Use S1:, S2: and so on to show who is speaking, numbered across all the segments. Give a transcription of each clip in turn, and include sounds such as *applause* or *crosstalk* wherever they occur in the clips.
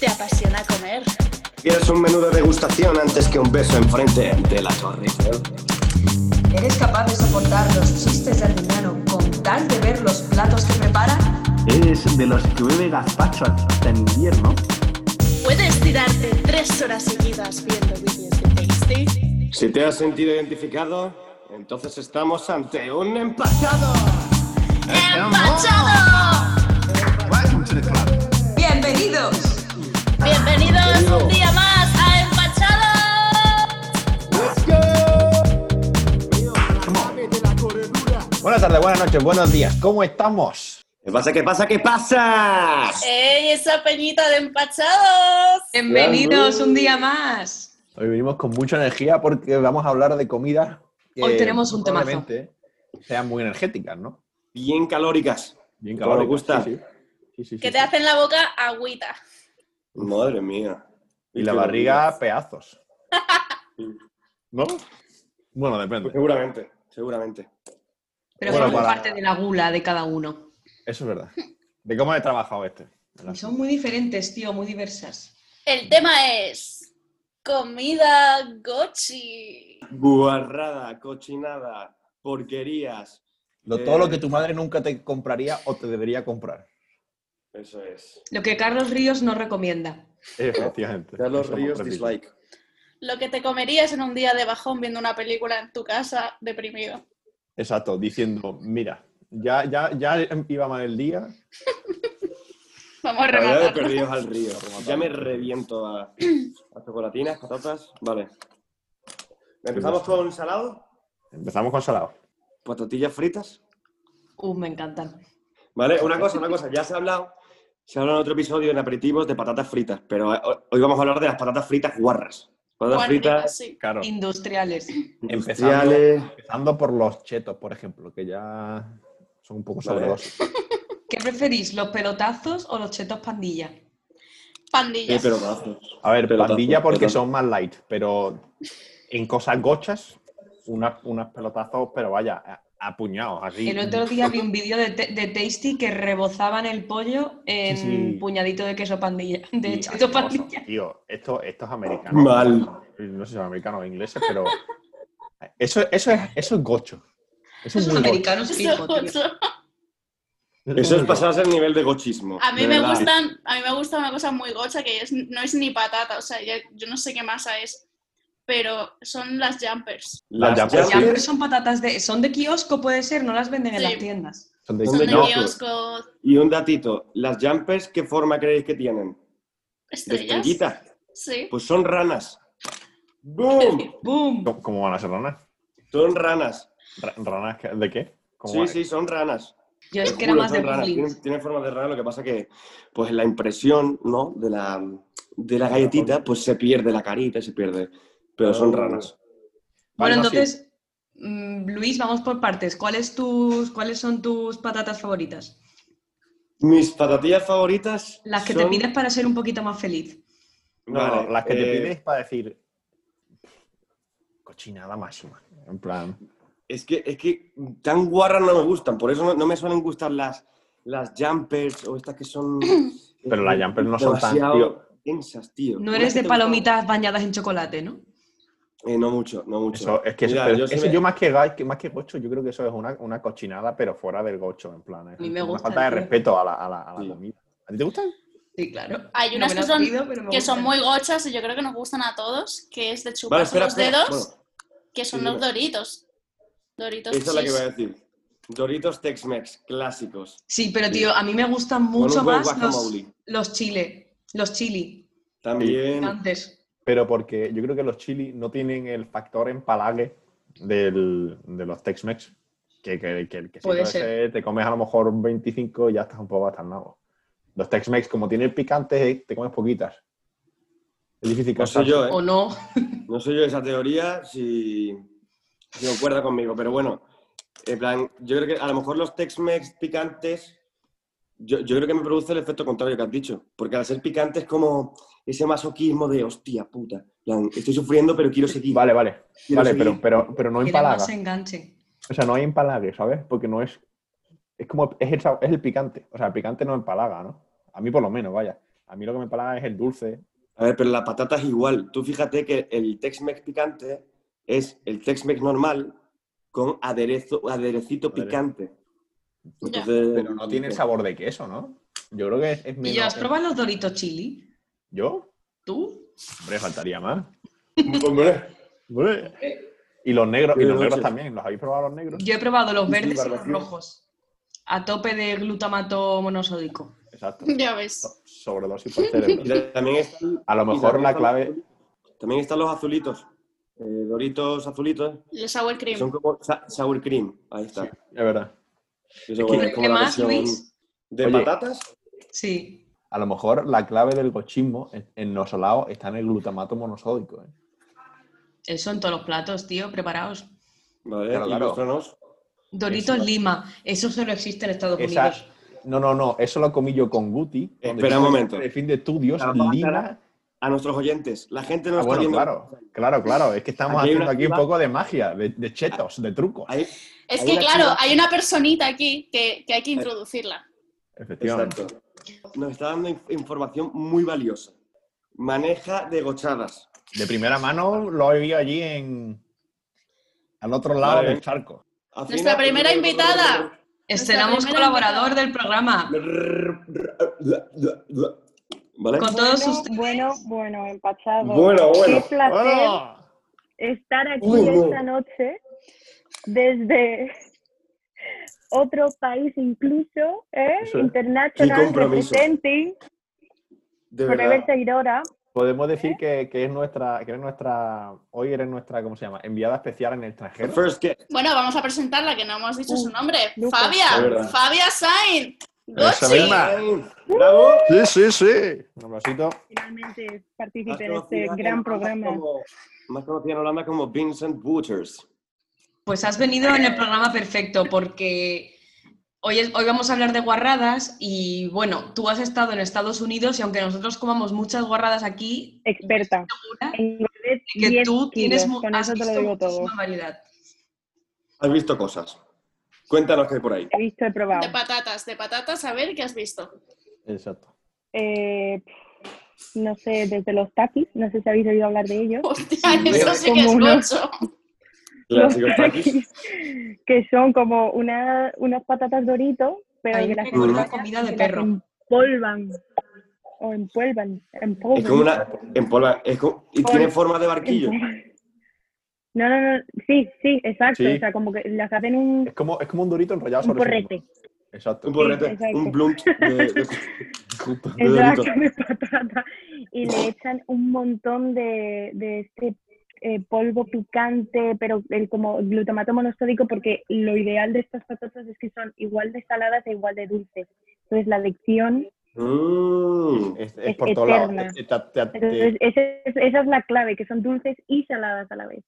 S1: ¿Te apasiona comer?
S2: Quieres un menú de degustación antes que un beso enfrente de la torre.
S3: ¿Eres capaz de soportar los chistes de Arguiñano con tal de ver los platos que prepara?
S4: ¿Eres de los que bebe gazpacho hasta en invierno?
S1: ¿Puedes tirarte tres horas seguidas viendo vídeos de Tasty?
S2: Si te has sentido identificado, entonces estamos ante un empachado.
S1: ¡Empachado!
S5: Welcome to the club.
S3: ¡Bienvenidos!
S1: Bienvenidos un día más a Empachado.
S2: ¡Let's go!
S6: Buenas tardes, buenas noches, buenos días. ¿Cómo estamos?
S2: ¿Qué pasa? ¿Qué pasa? ¿Qué pasa?
S1: ¡Ey, esa peñita de Empachados!
S3: ¡Bienvenidos un día más!
S6: Hoy venimos con mucha energía porque vamos a hablar de comidas que
S3: Hoy tenemos un temazo.
S6: probablemente sean muy energéticas, ¿no?
S2: Bien calóricas.
S6: Bien
S2: Como nos gusta.
S6: Sí, sí. Sí, sí,
S1: Que
S6: sí,
S1: te
S6: sí.
S1: hacen la boca agüita.
S2: Madre mía.
S6: Y la barriga, *laughs* pedazos. ¿No? Bueno, depende.
S2: Pues seguramente, seguramente.
S3: Pero
S6: Bueno,
S3: forman
S6: para-
S3: parte de la gula de cada uno.
S6: Eso es verdad. ¿De cómo he trabajado este?
S3: Y son muy diferentes, tío, muy diversas.
S1: El tema es comida gochi.
S2: Guarrada, cochinada, porquerías.
S6: Lo-
S2: Eh.
S6: Todo lo que tu madre nunca te compraría o te debería comprar.
S2: Eso es.
S3: Lo que Carlos Ríos nos recomienda.
S6: Efectivamente.
S2: Carlos
S6: Eso hemos
S2: Ríos,
S6: repetido.
S2: dislike.
S1: Lo que te comerías en un día de bajón viendo una película en tu casa deprimido.
S6: Exacto, diciendo, mira, ya, ya, ya iba mal el día.
S1: Vamos a
S2: La verdad, de
S1: rematar.
S2: perdidos al río. Ya me reviento a, a chocolatinas, patatas. Vale. Empezamos con salado,
S6: Empezamos con salado.
S2: patatillas fritas.
S3: Uh, me encantan.
S2: Vale, una cosa, una cosa. Ya se ha hablado, se ha hablado en otro episodio en aperitivos de patatas fritas, pero eh, hoy vamos a hablar de las patatas fritas guarras. Patatas
S1: Guarditas,
S2: fritas
S1: sí.
S6: Claro.
S3: Industriales.
S6: Empezando,
S2: industriales.
S6: empezando por los chetos, por ejemplo, que ya son un poco
S2: Vale.
S6: sabrosos.
S3: ¿Qué preferís, los pelotazos o los chetos pandilla?
S2: Eh,
S1: Pandillas.
S2: pero mazo.
S6: A ver,
S2: Pelotazo,
S6: pandilla porque
S2: pelotazo.
S6: son más light, pero en cosas gochas, unas, unas pelotazos, pero vaya, a- apuñados, así.
S3: El otro día vi un vídeo de, Te- de Tasty que rebozaban el pollo en
S6: Sí, sí.
S3: puñadito de queso pandilla. De
S6: Y
S3: cheto
S6: asqueroso,
S3: pandilla.
S6: Tío, esto, esto es americano.
S2: Mal.
S6: No sé si son americanos o ingleses, pero. Eso, eso, es, eso es gocho.
S3: Esos
S6: Eso es
S3: son
S6: muy gocho.
S3: americanos fijo, tío.
S2: Eso es
S6: muy
S2: pasarse el nivel de gochismo.
S1: A mí,
S2: de
S1: me
S2: verdad.
S1: gustan, a mí me gusta una cosa muy gocha que es, no es ni patata, o sea, ya- yo no sé qué masa es, pero son las jumpers.
S2: Las
S6: Las jumpers,
S3: Ya,
S6: sí.
S2: jumpers-
S3: pero son patatas de. Son de kiosco, puede ser, no las venden en
S1: Sí.
S3: las tiendas.
S6: gocho. Son de-
S1: Son de
S2: No.
S1: kiosco,
S2: Y un datito, las jumpers, ¿qué forma creéis que tienen? ¿De
S1: estrellas.
S2: estrellita?
S1: Sí.
S2: Pues son ranas.
S3: *laughs*
S2: ¡Boom!
S3: ¡Boom!
S6: ¿Cómo- ¿Cómo van a ser ranas?
S2: Son ranas.
S6: Ra- ¿Ranas que- de qué? ¿Cómo
S2: Sí,
S6: van-
S2: sí, son ranas.
S3: Yo es
S2: Te
S3: que era
S2: juro,
S3: más
S2: son
S3: de
S2: ranas.
S3: Publix.
S2: Tienen, tienen forma de rana, lo que pasa que pues la impresión ¿no? de, la, de la galletita pues se pierde la carita, se pierde. Pero
S6: Oh.
S2: son ranas.
S3: Bueno,
S6: Vale, no, sí.
S3: entonces, mm, Luis, vamos por partes. ¿Cuáles tus, ¿Cuáles son tus patatas favoritas?
S2: Mis patatillas favoritas
S3: Las que te
S2: son-
S3: pides para ser un poquito más feliz.
S6: No,
S2: Vale,
S6: no, las que te
S2: eh,
S6: pides para decir cochinada máxima. En plan,
S2: Es que, es que tan guarras no me gustan, por eso no, no me suelen gustar las, las jumpers o estas que son.
S6: *clears throat*
S2: eh,
S6: Pero las jumpers no son tan,
S2: demasiado
S6: tío.
S2: Tensas, tío.
S3: No
S2: Una
S3: eres
S2: que
S3: de
S2: te gusta-
S3: palomitas bañadas en chocolate, ¿no?
S2: Eh, no mucho, no mucho.
S6: eso, es que eso,
S2: Mira,
S6: pero
S2: sí
S6: eso
S2: me-
S6: yo más que gai- que más que gocho, yo creo que eso es una, una cochinada, pero fuera del gocho, en plan. es
S3: mí me
S6: una
S3: gusta,
S6: falta de
S3: tío.
S6: respeto a la, a la- a la
S2: Sí.
S6: comida. ¿A ti te gustan?
S3: Sí, claro.
S1: Hay unas
S3: me
S1: que
S3: las
S1: son-
S3: pido, pero me
S1: Que son
S3: gustan.
S1: muy gochas y yo creo que nos gustan a todos, que es de chupar
S2: Vale, espera,
S1: los
S2: espera,
S1: dedos,
S2: bueno,
S1: que son
S2: sí,
S1: los
S2: dime.
S1: doritos. Doritos
S2: esa es la que voy a
S1: cheese.
S2: decir. Doritos Tex-Mex, clásicos.
S3: Sí, pero tío, a mí me gustan
S2: Con un
S3: mucho
S2: buen
S3: más los,
S2: guacamole.
S3: los chile, los chili.
S2: También.
S3: Antes.
S6: Pero porque yo creo que los chilis no tienen el factor empalague del, de los Tex-Mex. Que, que, que, que si
S3: Puede
S6: no
S3: ser.
S6: ese te comes a lo mejor 25 y ya estás un poco bastarnado. Los Tex-Mex, como tienen picante, eh, te comes poquitas. Es difícil
S2: No soy
S6: cansarse.
S2: yo, ¿eh?
S3: O no.
S2: No sé yo esa teoría si, si concuerda conmigo, pero bueno, en plan, yo creo que a lo mejor los Tex-Mex picantes, yo, yo creo que me produce el efecto contrario que has dicho, porque al ser picante es como ese masoquismo de hostia puta, en plan, estoy sufriendo pero quiero seguir.
S6: Vale, vale.
S2: Quiero
S6: Vale,
S2: seguir.
S6: pero, pero, pero no
S3: que era
S6: empalaga.
S3: más enganche.
S6: O sea, no hay empalague, ¿sabes? Porque no es. Es como. Es el, sab- es el picante. O sea, el picante no empalaga, ¿no? A mí, por lo menos, vaya. A mí lo que me pala es el dulce.
S2: A ver, pero la patata es igual. Tú fíjate que el Tex-Mex picante es el Tex-Mex normal con aderezo, aderecito
S6: Aderezo.
S2: picante.
S1: Ya.
S2: Entonces,
S6: Pero no tiene el sabor de queso, ¿no? Yo creo que es, es
S3: ¿Y
S6: menos.
S3: ya
S2: eh.
S3: has probado los Doritos Chili?
S6: ¿Yo?
S3: ¿Tú?
S6: Hombre, faltaría *laughs* más.
S2: Hombre,
S6: Y los negros, y
S2: Sí,
S6: los
S2: no
S6: negros
S2: sé.
S6: también. ¿Los habéis probado los negros?
S3: Yo he probado
S2: Sí,
S3: los
S2: sí,
S3: verdes y los
S2: barbecue.
S3: rojos. A tope de glutamato monosódico.
S6: Exacto.
S1: *laughs* Ya ves.
S6: So-
S3: *laughs*
S6: Sobredosis por
S2: y
S6: cerebro.
S2: ta- también están,
S6: A lo
S2: y
S6: mejor
S2: también
S6: la
S2: están-
S6: clave.
S2: También están los azulitos. eh, doritos azulitos.
S1: Y el sour
S2: que
S1: cream.
S2: Son como sa- sour cream. Ahí está.
S6: Sí, es verdad.
S2: Eso,
S6: que-
S2: bueno, es
S3: ¿Qué
S2: como la
S3: más,
S2: versión
S3: Luis?
S2: de
S6: Oye.
S2: patatas.
S3: Sí.
S6: A lo mejor la clave del gochismo en, en nosolao está en el glutamato monosódico. ¿eh?
S3: Eso en eh, todos los platos, tío, preparaos.
S2: Vale,
S6: Claro,
S2: y
S6: claro.
S2: ilústranos.
S3: Doritos
S6: Eso.
S3: Lima, eso solo existe en Estados
S6: Esa-
S3: Unidos.
S6: no, no, no. Eso lo comí yo con Guti. cuando
S2: Espera un
S6: hicimos
S2: momento.
S6: De fin de estudios,
S2: La pata-
S6: Lima.
S2: A nuestros oyentes. La gente no
S6: Ah,
S2: está
S6: bueno,
S2: viendo.
S6: claro, claro, claro. Es que estamos
S2: Aquí hay una
S6: haciendo aquí un
S2: activa-
S6: poco de magia, de, de chetos, de trucos.
S2: Ahí-
S1: Es
S2: Hay
S1: que,
S2: una
S1: claro,
S2: chica-
S1: hay una personita aquí que, que hay que introducirla.
S6: Efectivamente.
S2: Exacto. Nos está dando inf- información muy valiosa. Maneja de gochadas.
S6: De primera mano lo he vivido allí en al otro lado
S2: Vale.
S6: del charco.
S2: Afina-
S1: Nuestra primera invitada.
S3: Estrenamos
S1: Nuestra primera
S3: colaborador del programa.
S2: ¿Vale?
S3: Con todos
S7: Bueno,
S3: ustedes.
S7: bueno, bueno, empachado.
S2: Bueno, bueno.
S7: Qué placer estar aquí
S2: Uy, no.
S7: esta noche desde otro país incluso, ¿eh?
S6: Eso es.
S2: Qué
S7: International
S2: compromiso.
S7: Representing,
S2: De
S7: con
S2: verdad.
S7: Ever Irora.
S6: Podemos decir que, que es nuestra, que eres nuestra, hoy eres nuestra, ¿cómo se llama? Enviada especial en el
S2: The
S6: extranjero.
S2: first guest.
S1: Bueno, vamos a presentarla, que no hemos dicho su nombre.
S2: Es
S7: Lucas.
S1: Fabia,
S2: verdad.
S1: Fabia Sainz.
S6: Esa
S1: Gochi.
S7: Ah.
S6: misma.
S7: Uh,
S2: Bravo.
S5: Sí, sí, sí.
S6: Un abracito.
S7: Finalmente
S2: Más
S7: participe en
S2: conocida
S7: este
S2: en
S7: gran
S2: Holanda
S7: programa.
S2: como- Más conocida en Holanda como Vincent Wooters.
S3: Pues has venido en el programa perfecto porque hoy, es- hoy vamos a hablar de guarradas y bueno, tú has estado en Estados Unidos y aunque nosotros comamos muchas guarradas aquí,
S7: Experta.
S3: segura
S7: Engordé
S3: de que
S7: 10
S3: tú tienes
S7: kilos,
S3: mu-
S7: con
S3: has
S7: eso te lo
S3: visto
S7: digo todo.
S3: muchísima variedad.
S2: Has visto cosas. Cuéntanos qué hay por ahí.
S7: He visto, he probado.
S1: De patatas, de patatas, a ver qué has visto.
S6: Exacto.
S7: Eh, pff, no sé, desde los taquis, no sé si habéis oído hablar de ellos.
S1: Hostia, eso sí que es
S7: Como unos-
S1: gocho.
S7: Los *laughs*
S2: Clásico Takis.
S7: takis, que son como una- unas patatas doritos, pero
S3: A mí
S7: que
S3: me
S7: las
S3: recuerda
S7: envuelvan-
S3: comida de
S7: que las
S3: perro.
S7: Empolvan o envuelvan, empolvan.
S2: Es como
S7: *laughs*
S2: una. En polva. Es como- y
S7: Pol-
S2: tiene forma de barquillo.
S7: empolvan. No, no, no, sí, sí, exacto,
S6: Sí.
S7: o sea, como que las hacen un,
S6: Es como, es como un durito enrollado
S7: un
S6: sobre
S7: porrete.
S6: fondo. Exacto.
S2: Un borrete.
S7: exacto.
S2: un blunt. de-
S7: *laughs*
S2: de-
S6: Exacto.
S2: de
S7: Exacto, *laughs*
S2: dorito.
S7: de patata. Y le echan un montón de, de este eh, polvo picante, pero el como glutamato monosódico, porque lo ideal de estas patatas es que son igual de saladas e igual de dulces. Entonces la adicción,
S2: Mm.
S6: Es, es
S7: Es
S6: por todos lados.
S7: eterna.
S6: Te- te- te- te-
S7: entonces ese- esa es la clave, que son dulces y saladas a la vez.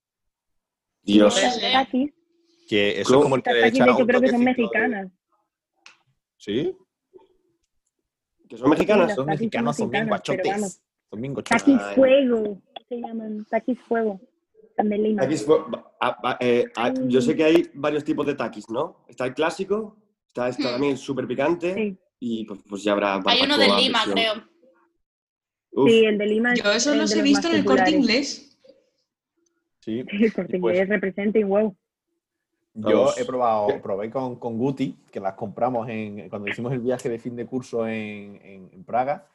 S2: Dios.
S7: Las takis,
S4: Que eso
S2: Club.
S4: es como el que
S7: las
S4: le
S7: takis
S4: echa
S7: yo
S4: un
S7: creo que son
S6: eh.
S4: toquecito de-
S7: mexicanas.
S6: ¿Sí?
S2: ¿Que son mexicanas?
S7: Los
S6: Son
S7: taquis son
S6: mexicanos, son bien
S7: mexicanos, pero
S6: guachotes.
S7: vamos.
S6: Son bien guachotes.
S7: Takis
S2: Ay.
S7: fuego, se llaman, takis fuego. Son de Lima.
S2: Takis fue- ah, ah, eh, ah, yo sé que hay varios tipos de takis, ¿no? Está el clásico, está este
S1: Hmm.
S2: también súper picante
S7: Mm. Sí.
S2: y pues, pues ya habrá.
S1: Hay uno de
S2: barbacoa,
S1: Lima,
S2: versión.
S1: creo.
S2: Uf,
S7: Sí, el de Lima. es
S3: Yo eso
S7: el
S3: los
S7: de
S3: he
S7: más
S3: visto en el corte
S7: populares.
S3: inglés.
S6: Sí.
S7: *laughs* El Corte
S6: Pues-
S7: Inglés representa y wow.
S6: Yo
S2: Vamos.
S6: he probado, probé con, con Guti, que las compramos en, cuando hicimos el viaje de fin de curso en, en- en Praga.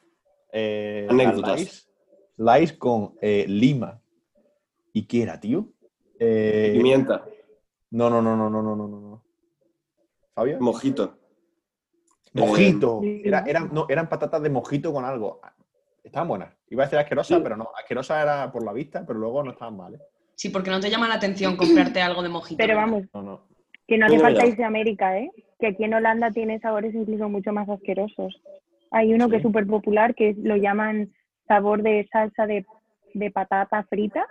S6: Eh,
S2: Anécdotas.
S6: Lais, Lais con eh, Lima. ¿Y qué era, tío? Eh,
S2: pimienta,
S6: no, no, no, no, no, no, no, no, no. ¿Fabio?
S2: mojito.
S6: Mojito.
S7: Eh,
S6: Era, eran, no, eran patatas de mojito con algo. Estaban buenas. Iba a decir asquerosa,
S2: Sí.
S6: pero no. Asquerosa era por la vista, pero luego no estaban mal. ¿eh?
S3: Sí, porque no te llama la atención comprarte algo de mojito.
S7: Pero vamos,
S6: No, no.
S7: que no hace
S2: Mira,
S7: falta
S2: mira.
S7: irse a América, ¿eh? Que aquí en Holanda tiene sabores incluso mucho más asquerosos. Hay uno que es
S6: Sí.
S7: súper popular que lo llaman sabor de salsa de, de patata frita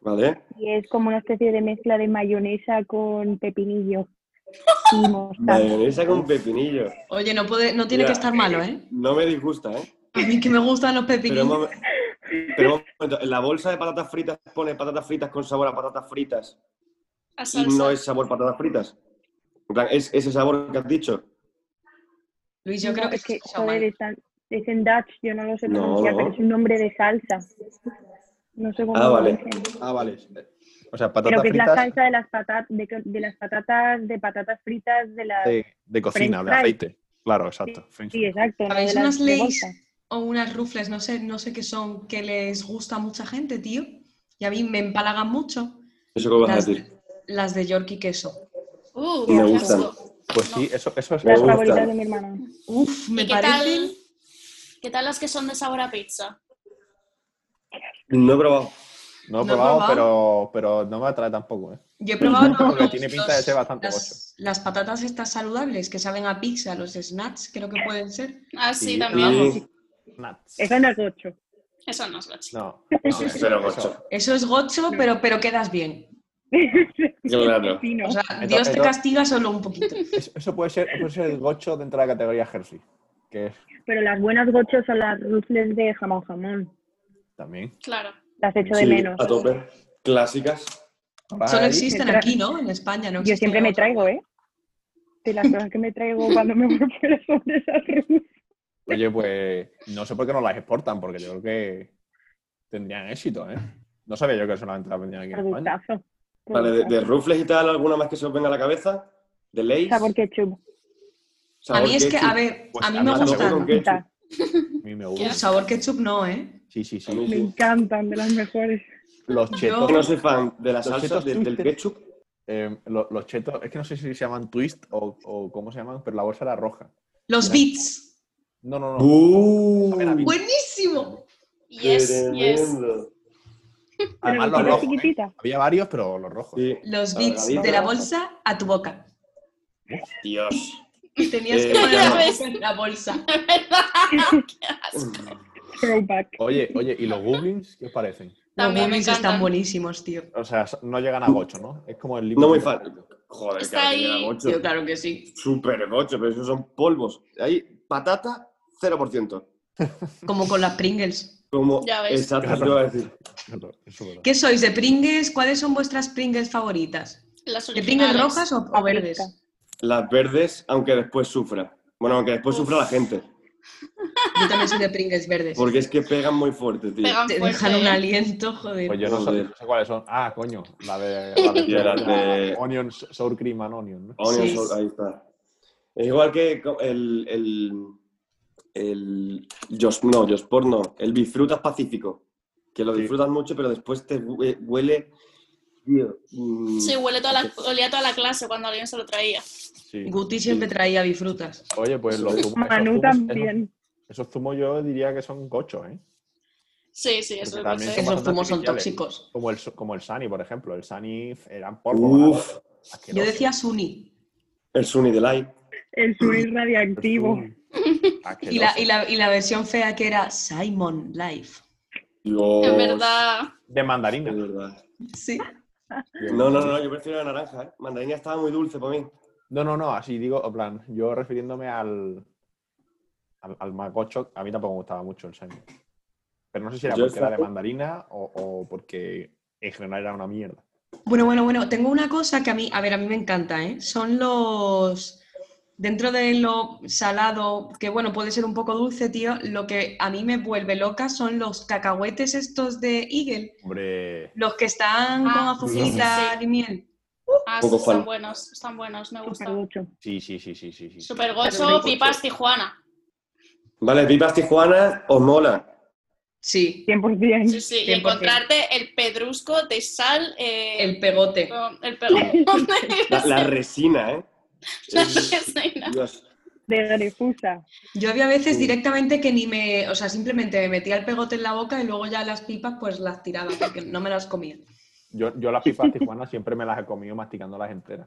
S2: ¿Vale?
S7: y es como una especie de mezcla de mayonesa con pepinillo
S2: *laughs*
S7: y mostaza.
S2: Mayonesa con pepinillo.
S3: Oye, no, puede, no tiene
S2: Ya.
S3: que estar malo, ¿eh?
S2: No me disgusta, ¿eh?
S3: A mí que me gustan los
S2: Pero un,
S3: pepinillos.
S2: momen- pero un momento, en la bolsa de patatas fritas pone patatas fritas con sabor a patatas fritas
S1: A
S2: y
S1: salsa.
S2: no es sabor patatas fritas. En plan, es ese sabor que has dicho.
S3: Luis, yo
S7: No,
S3: creo que,
S7: es que,
S3: eso está
S7: joder,
S3: mal.
S7: están Es en Dutch, yo no lo sé
S2: No,
S7: pronunciar,
S2: no.
S7: pero es un nombre de salsa. No sé cómo
S2: Ah,
S7: lo
S2: vale.
S7: dicen.
S8: Ah, vale. O sea, patatas
S7: Pero que es la
S8: fritas
S7: salsa de las, patatas de, que- de las patatas, de patatas fritas, de las...
S6: de, de cocina,
S7: French
S6: de
S7: fries.
S6: aceite. Claro, exacto. French
S7: Sí,
S6: fries.
S7: exacto. no
S3: ¿Sabéis
S7: de las
S3: unas
S7: de
S3: Lay's?
S7: bolsa.
S3: O unas rufles, no sé, no sé qué son, que les gusta a mucha gente, tío. Y a mí me empalagan mucho
S2: Eso que vas
S3: las,
S2: a decir.
S3: las de York y queso.
S1: Uh,
S2: Me
S1: qué
S2: gustan.
S1: asco.
S6: Pues sí, eso, eso es.
S7: Las
S2: Me gusta.
S7: favoritas de mi hermana.
S3: Uf,
S1: ¿Y
S3: me
S1: qué tal,
S3: parecen...
S1: qué tal las que son de sabor a pizza?
S2: No he probado.
S6: No
S3: No
S6: he
S3: he
S6: probado,
S3: probado.
S6: pero, pero no me atrae tampoco. ¿eh?
S3: Yo he
S6: *laughs*
S3: probado los-
S6: Porque
S3: los-
S6: tiene pinta de ser bastante
S3: las, las patatas estas saludables que saben a pizza, los snacks, creo que pueden ser.
S1: Ah, sí,
S6: Sí,
S1: también.
S2: Sí,
S6: Nuts.
S7: Eso no es gocho. *laughs*
S1: Eso no es la chica.
S6: No.
S2: sí, pero
S6: eso-
S2: gocho.
S3: Eso es gocho, pero, pero quedas bien.
S2: Claro.
S7: Sí, no.
S3: O sea, Dios
S6: Entonces-
S3: te
S6: entonces-
S3: castiga solo un poquito.
S6: Eso, eso puede, ser, puede ser el gocho dentro de la categoría Hershey, que es
S7: Pero las buenas gochos son las rufles de jamón jamón.
S6: también.
S1: Claro.
S7: Las echo de
S2: Sí,
S7: menos.
S2: a tope. Clásicas.
S6: Ahora
S3: Solo
S6: ahí-
S3: existen
S7: Entra-
S3: aquí, ¿no? En España, ¿no?
S7: Yo
S3: existen
S7: siempre me
S3: otras.
S7: traigo, ¿eh? De las cosas que me traigo cuando me *laughs* voy fuera son de esas rufles.
S6: Oye, pues no sé por qué no las exportan, porque yo creo que tendrían éxito, ¿eh? No sabía yo que solamente las vendían aquí en España.
S7: Productazo.
S2: Vale, de, de
S7: Productazo.
S2: rufles y tal, ¿alguna más que se os venga a la cabeza? ¿De ley?
S7: Sabor ketchup.
S3: A mí es que, a
S2: ketchup.
S3: ver,
S6: Pues
S3: a mí
S6: a mí
S3: me
S6: tampoco
S2: con
S3: gustan.
S2: que- Ketchup.
S7: Está.
S6: A mí me
S3: El
S6: gusta.
S3: sabor ketchup no, ¿eh?
S6: Sí, sí,
S2: A mí
S6: sí.
S7: Me
S2: sí.
S7: encantan, de las mejores.
S6: Los
S2: Yo
S6: chetos,
S2: no soy fan de la
S6: Los
S2: salsa,
S6: chetos
S2: de- del
S6: twisted.
S2: ketchup.
S6: eh, lo- los chetos, es que no sé si se llaman twist o, o cómo se llaman, pero la bolsa era roja.
S3: Los
S6: Mira.
S3: beats.
S6: No, no, no.
S2: ¡Uh!
S6: Saben a mí.
S3: Buenísimo.
S1: Yes, *laughs* yes.
S2: Tremendo.
S7: Pero
S6: Además, los
S7: la
S6: rojos. ¿eh?
S7: chiquitita.
S6: Había varios, pero los rojos.
S2: Sí.
S3: Los
S2: Saben a
S3: beats
S2: mí.
S3: de la bolsa a tu boca.
S2: Dios.
S3: Y tenías
S2: Eh,
S3: que poner la
S1: ya ves.
S3: bolsa en la bolsa.
S1: De verdad. Qué asco.
S7: Throwback.
S6: Oye, oye, ¿y los goblins qué os parecen?
S1: También
S3: Los
S1: me
S3: Goonies
S1: encantan.
S3: están buenísimos, tío.
S6: O sea, no llegan a gocho, ¿no? Es como el libro.
S2: No muy fan. Joder,
S1: Está
S2: que
S1: ahí.
S2: era gocho.
S3: Tío, claro que sí.
S2: Súper gocho, pero esos son polvos. Ahí, patata, 0%.
S3: Como con las Pringles.
S2: Como
S1: Ya ves.
S2: exacto te iba a decir.
S6: Eso es verdad.
S3: ¿Qué sois de Pringles? ¿Cuáles son vuestras Pringles favoritas?
S1: Las
S3: ¿De Pringles
S1: originales.
S3: rojas o, o verdes?
S2: Las verdes, aunque después sufra. Bueno, aunque después
S1: Uf.
S2: sufra la gente.
S3: Yo también soy de Pringles verdes.
S2: Porque es que pegan muy fuerte, tío.
S1: Pegan
S3: Te
S1: fuerte,
S3: dejan un
S1: ¿eh?
S3: aliento, joder.
S6: Pues yo no sé,
S2: Joder.
S6: no sé cuáles son. Ah, coño. La de.
S2: *laughs*
S6: La de,
S2: Y la de-
S6: Onion, sour cream and onion. ¿no?
S2: Onion
S3: Sí.
S2: Soul, ahí está. Es igual que co- el. el, el Yos- no, Josport no. El Bifrutas Pacífico. Que lo
S6: Sí.
S2: disfrutas mucho, pero después te hue- huele. Tío. mm,
S1: Sí, huele toda la, olía toda la clase cuando alguien se lo traía.
S6: Sí.
S3: Guti siempre traía bifrutas.
S6: Oye, pues los zumos. esos
S7: Manu
S6: zumos-
S7: también.
S6: Esos, esos zumos yo diría que son gochos, ¿eh?
S1: Sí, sí, eso
S6: Porque
S1: lo
S6: también
S1: sé.
S6: somos-
S3: Esos zumos son
S6: artificiales.
S3: tóxicos.
S6: Como el, su- como el Sunny, por ejemplo. El Sunny eran polvo.
S2: Uf,
S3: Yo decía Suni.
S2: el Sunny Delight.
S7: El subir radiactivo.
S3: *laughs* Y la, y, la, y la versión fea que era Simon Life.
S2: Dios.
S1: En verdad.
S6: De
S2: de
S6: mandarina.
S2: verdad.
S3: Sí.
S2: No, no, no, yo prefiero la naranja, ¿eh? Mandarina estaba muy dulce para mí.
S6: No, no, no, así digo, en plan, yo refiriéndome al, al, al macocho, a mí tampoco me gustaba mucho el Shiny. Pero no sé si era
S2: Yo
S6: porque era de
S2: tampoco.
S6: mandarina o, o porque en general era una mierda.
S3: Bueno, bueno, bueno, tengo una cosa que a mí, a ver, a mí me encanta, ¿eh? Son los, dentro de lo salado, que bueno, puede ser un poco dulce, tío, lo que a mí me vuelve loca son los cacahuetes estos de Eagle,
S6: Hombre,
S3: los que están
S1: Ah,
S3: con
S2: sí,
S3: azuquita
S1: sí, sí.
S3: y miel.
S1: Ah,
S2: Poco
S1: sí,
S2: Juan.
S1: están buenos, están buenos, me
S7: Súper
S1: gustan.
S7: gocho.
S6: sí, sí, sí, sí, sí. sí.
S1: Super
S3: Súper
S1: gocho,
S3: gocho.
S1: pipas Tijuana.
S2: Vale, pipas Tijuana, os mola.
S3: Sí,
S7: 100%.
S1: Sí, sí, y
S3: 100%.
S1: encontrarte el pedrusco de sal, eh,
S3: el pegote.
S1: con- el *laughs* pegón
S2: La, la resina, ¿eh? Eh, Dios.
S7: De Garefusa.
S3: Yo había veces
S2: Sí.
S3: directamente que ni me, o sea, simplemente me metía el pegote en la boca y luego ya las pipas pues las tiraba porque no me las comía.
S6: Yo, yo las pipas tijuanas siempre me las he comido masticándolas enteras.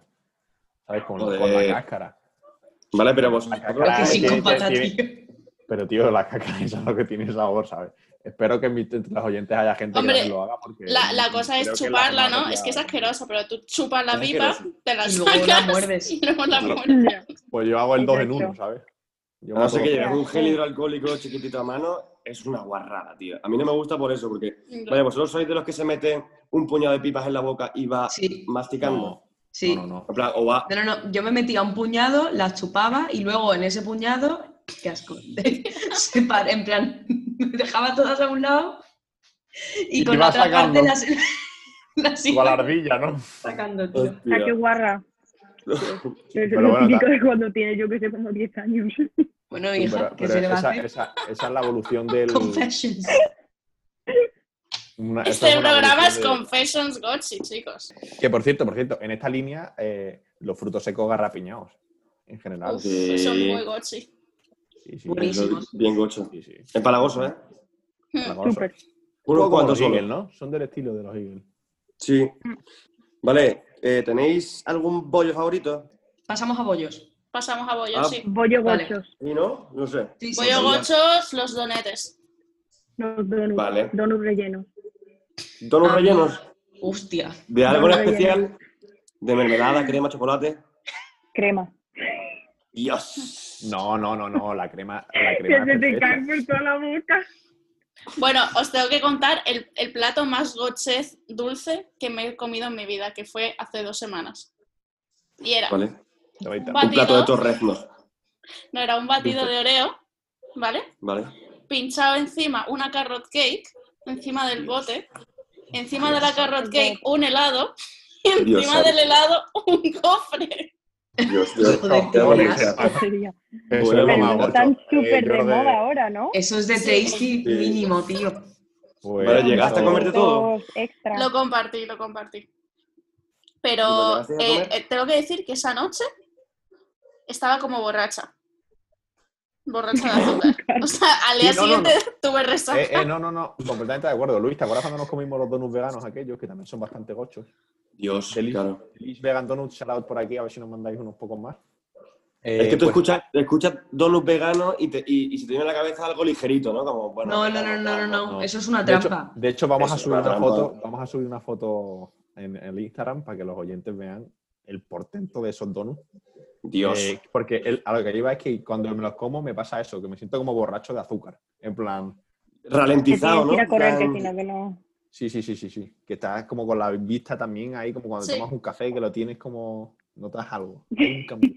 S6: ¿Sabes? Con, con la
S2: Joder.
S6: cáscara.
S2: Vale, pero vos.
S6: La
S3: Porque
S6: cáscara
S2: Ah,
S3: sí,
S6: tiene-
S3: con
S6: tiene- tiene-
S3: patatillas.
S6: Pero tío, la cáscara es lo que tiene sabor, ¿sabes? Espero que en mis- entre los oyentes haya gente
S1: Hombre,
S6: que también lo haga porque...
S1: La, la cosa es
S6: creo que la
S1: chuparla,
S6: semana
S1: ¿no? Es que es
S6: ya-
S1: asqueroso, pero tú chupas la
S6: Es
S1: pipa,
S6: asqueroso.
S1: te la
S3: Y luego la
S1: sacas
S3: muerdes.
S1: *laughs* y luego la
S6: Claro.
S1: muerdes.
S6: Pues yo hago el dos en
S7: Exacto.
S6: uno, ¿sabes? Yo
S2: A no ser
S6: mato
S2: que
S6: dos.
S2: lleves un gel hidroalcohólico chiquitito a mano, es una guarrada, tío. A mí no me gusta por eso, porque. Vale, vosotros sois de los que se meten un puñado de pipas en la boca y va
S3: Sí,
S2: masticando.
S3: sí.
S6: No, no, no.
S2: En plan, o va.
S3: No, no, no. Yo me metía un puñado, las chupaba y luego en ese puñado qué asco. *laughs* Separ- en plan, *laughs* me dejaba todas a un lado y,
S6: Y
S3: con
S6: te
S3: la
S6: vas
S3: otra
S6: sacando.
S3: parte las, *laughs* las
S6: Igual
S3: iba
S6: ardilla, ¿no?
S3: sacando, tío.
S7: Ah, qué
S2: Hostia.
S7: guarra. Es
S6: Pero
S7: lo
S6: bueno,
S7: típico
S6: ta-
S7: de cuando tienes, yo que sé, como 10 años.
S3: Bueno,
S6: Sí,
S3: hija,
S6: pero-
S3: que
S6: pero
S3: se le va a
S6: esa,
S3: hacer.
S6: esa- esa es la evolución del.
S3: Confessions.
S6: una- esa
S1: Este
S6: es una
S1: programa es
S6: evolución
S1: Confessions Gotchi, chicos.
S6: de- Que por cierto, por cierto, en esta línea, eh, los frutos secos garrapiñados, en general.
S1: Uf,
S2: sí.
S1: Son muy Gotchi.
S6: Sí, sí,
S3: Buenísimos.
S2: Bien gocho.
S6: sí, sí.
S2: Empalagoso, ¿eh?
S6: Palagoso.
S7: Súper.
S2: Unos
S6: como
S2: cuantos
S6: los
S2: solo.
S6: Eagles, ¿no? Son del estilo de los Eagles.
S2: Sí.
S6: Mm.
S2: Vale, eh, ¿tenéis algún bollo favorito?
S3: Pasamos a bollos.
S1: Pasamos a bollos,
S2: Ah.
S1: sí.
S7: Bollo
S3: Vale.
S7: gochos.
S2: ¿Y no? No sé.
S3: Sí, sí,
S1: Bollo
S3: sí.
S1: gochos, los donetes.
S7: Los donuts.
S2: Vale.
S7: Donuts rellenos.
S2: Donos
S3: Ah.
S2: rellenos
S3: Hostia.
S2: de algo en
S7: Donos
S2: especial, de mermelada, crema, chocolate.
S7: Crema.
S2: Dios.
S6: No, no, no, no, la crema.
S7: *laughs*
S6: La
S7: Que
S6: crema
S7: se
S6: es
S7: te
S6: perfecta.
S7: caen por toda la boca.
S1: Bueno, os tengo que contar el, el plato más gotchez dulce que me he comido en mi vida, que fue hace dos semanas. Y era,
S2: Vale.
S6: Te voy a
S1: Vale.
S2: Un
S1: Batido.
S2: plato de torreznos.
S1: no era un batido de oreo, ¿vale?
S2: Vale.
S1: Pinchado encima una carrot cake, encima del bote, encima de la carrot cake un helado, *laughs* y
S2: Dios
S1: encima
S2: santo.
S1: del helado un cofre.
S2: Dios, Dios.
S3: Joder,
S6: No,
S3: tío,
S6: no,
S3: qué
S6: no,
S3: asco.
S6: no.
S7: Sería.
S6: Eso
S2: Bueno,
S6: es Ah, lo
S2: Pero
S6: más
S2: Magocho,
S7: Están
S6: gordo.
S7: súper
S6: Yo
S7: de
S6: creo que-
S7: moda ahora, ¿no?
S3: Eso es de
S1: Sí.
S2: Sí.
S3: tasty mínimo, tío.
S6: Pues,
S2: Vale, llegaste a
S6: eso-
S2: comerte todo.
S7: Dos extra.
S1: Lo compartí, lo compartí.
S2: ¿Y cuando
S1: Pero
S2: llegaste a
S1: eh,
S2: comer?
S1: eh, tengo que decir que esa noche estaba como borracha. Borracha de azúcar.
S2: *laughs*
S1: O sea, al día
S6: Sí, no, no,
S1: siguiente *laughs* tuve resaca.
S6: Eh, eh, no, no, no, completamente de acuerdo. Luis, ¿te acuerdas cuando nos comimos los donuts veganos aquellos que también son bastante gochos?
S2: Dios,
S6: Feliz.
S2: claro.
S6: Luis Vegan Donuts, shout out por aquí, a ver si nos mandáis unos pocos más.
S2: Es que tú
S6: escuchas
S2: escuchas, escuchas donuts veganos y, te- y, y se te viene a la cabeza algo ligerito, ¿no? Como, bueno,
S3: No, no, no,
S2: vegano,
S3: no, no,
S2: tal,
S3: no,
S6: no.
S3: Eso es una
S6: De hecho,
S3: trampa.
S6: de hecho, vamos a
S2: Eso,
S6: subir
S2: la
S6: una
S2: trampa.
S6: foto, vamos a subir una foto en el Instagram para que los oyentes vean el portento de esos donuts.
S2: Dios.
S6: Eh, porque el- a lo que lleva es que cuando me los como me pasa eso, que me siento como borracho de azúcar. En plan,
S7: que tienes
S2: Ralentizado,
S7: que ir
S2: ¿no?
S7: a correr, que
S2: Tan-
S7: si no, que no.
S6: sí, sí, sí, sí, sí. Que estás como con la vista también ahí, como cuando
S1: Sí.
S6: tomas un café, que lo tienes como, notas
S7: *laughs*
S6: algo. Hay un cambio.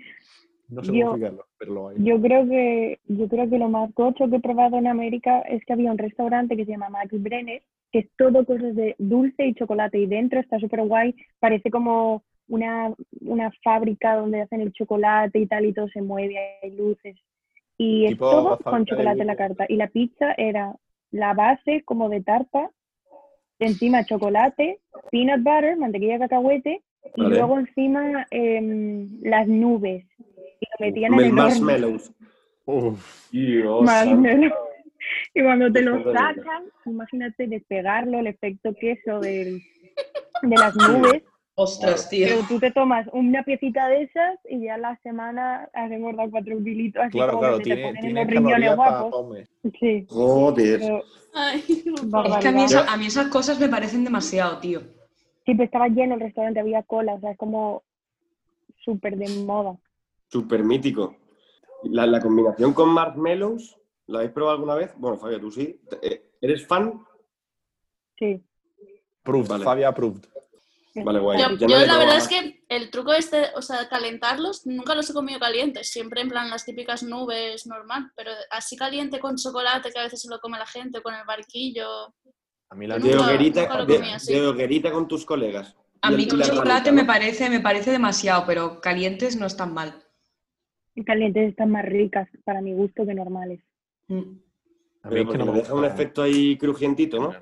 S6: No sé
S7: Yo-
S6: cómo explicarlo, pero lo hay.
S7: Yo creo que, yo creo que lo más gocho que he probado en América es que había un restaurante que se llama Max Brenner, que es todo cosas de dulce y chocolate, y dentro está súper guay, parece como una, una fábrica donde hacen el chocolate y tal, y todo se mueve, hay luces. Y es
S6: Tipo
S7: todo
S6: fábrica de
S7: con chocolate en la
S6: dulces.
S7: carta. Y la pizza era la base como de tarta, encima chocolate, peanut butter, mantequilla de cacahuete, y
S2: Vale.
S7: luego encima em, las nubes. Y lo metían en
S2: Mel-
S7: el horno.
S2: marshmallows.
S6: Uf,
S2: Dios. santo.
S7: Marshmallow. *laughs* Y cuando te lo
S2: Joder.
S7: sacan, imagínate despegarlo, el efecto queso del, de las nubes.
S3: Ostras, tío.
S7: Pero tú te tomas una piecita de esas y ya la semana has engordado cuatro kilitos. Así
S6: claro,
S7: como
S6: claro,
S7: que te
S6: tiene,
S7: ponen
S6: tiene
S7: los riñones
S6: calorías para
S7: guapos.
S6: hombre.
S7: Sí,
S2: Joder.
S7: pero,
S1: Ay, no puedo.
S3: Es que a mí,
S7: barbaridad.
S3: esa- a mí esas cosas me parecen demasiado, tío.
S7: sí, pero estaba lleno el restaurante, había cola, o sea, es como súper de moda.
S2: Súper mítico. La, la combinación con marshmallows, ¿la habéis probado alguna vez? Bueno, Fabio, tú sí. Eh, ¿Eres fan?
S7: Sí.
S6: Proof,
S2: Vale.
S6: Fabia approved.
S7: es
S2: Vale, guay. Ya
S1: Yo,
S2: no
S1: yo
S2: le he
S1: la
S2: probado
S1: verdad
S2: más.
S1: es que el truco este, o sea, calentarlos, nunca los he comido calientes, siempre en plan las típicas nubes, normal, pero así caliente con chocolate que a veces se lo come la gente, o con el barquillo.
S6: A mí la
S2: De
S1: Nunca-
S2: hoguerita,
S1: nunca lo
S2: de-
S1: comía, sí.
S2: de hoguerita con tus colegas.
S3: A
S2: Y el-
S3: mí
S2: y
S3: con
S2: la
S3: chocolate
S2: ranita,
S3: me
S2: ¿no?
S3: parece, me parece demasiado, pero calientes no están mal.
S7: Calientes están más ricas para mi gusto
S1: *clears throat*
S7: que normales.
S3: Mm.
S6: A mí
S2: Pero
S6: es que
S2: porque
S6: no me
S2: le deja un
S6: gusta. eh.
S2: efecto ahí crujientito, ¿no?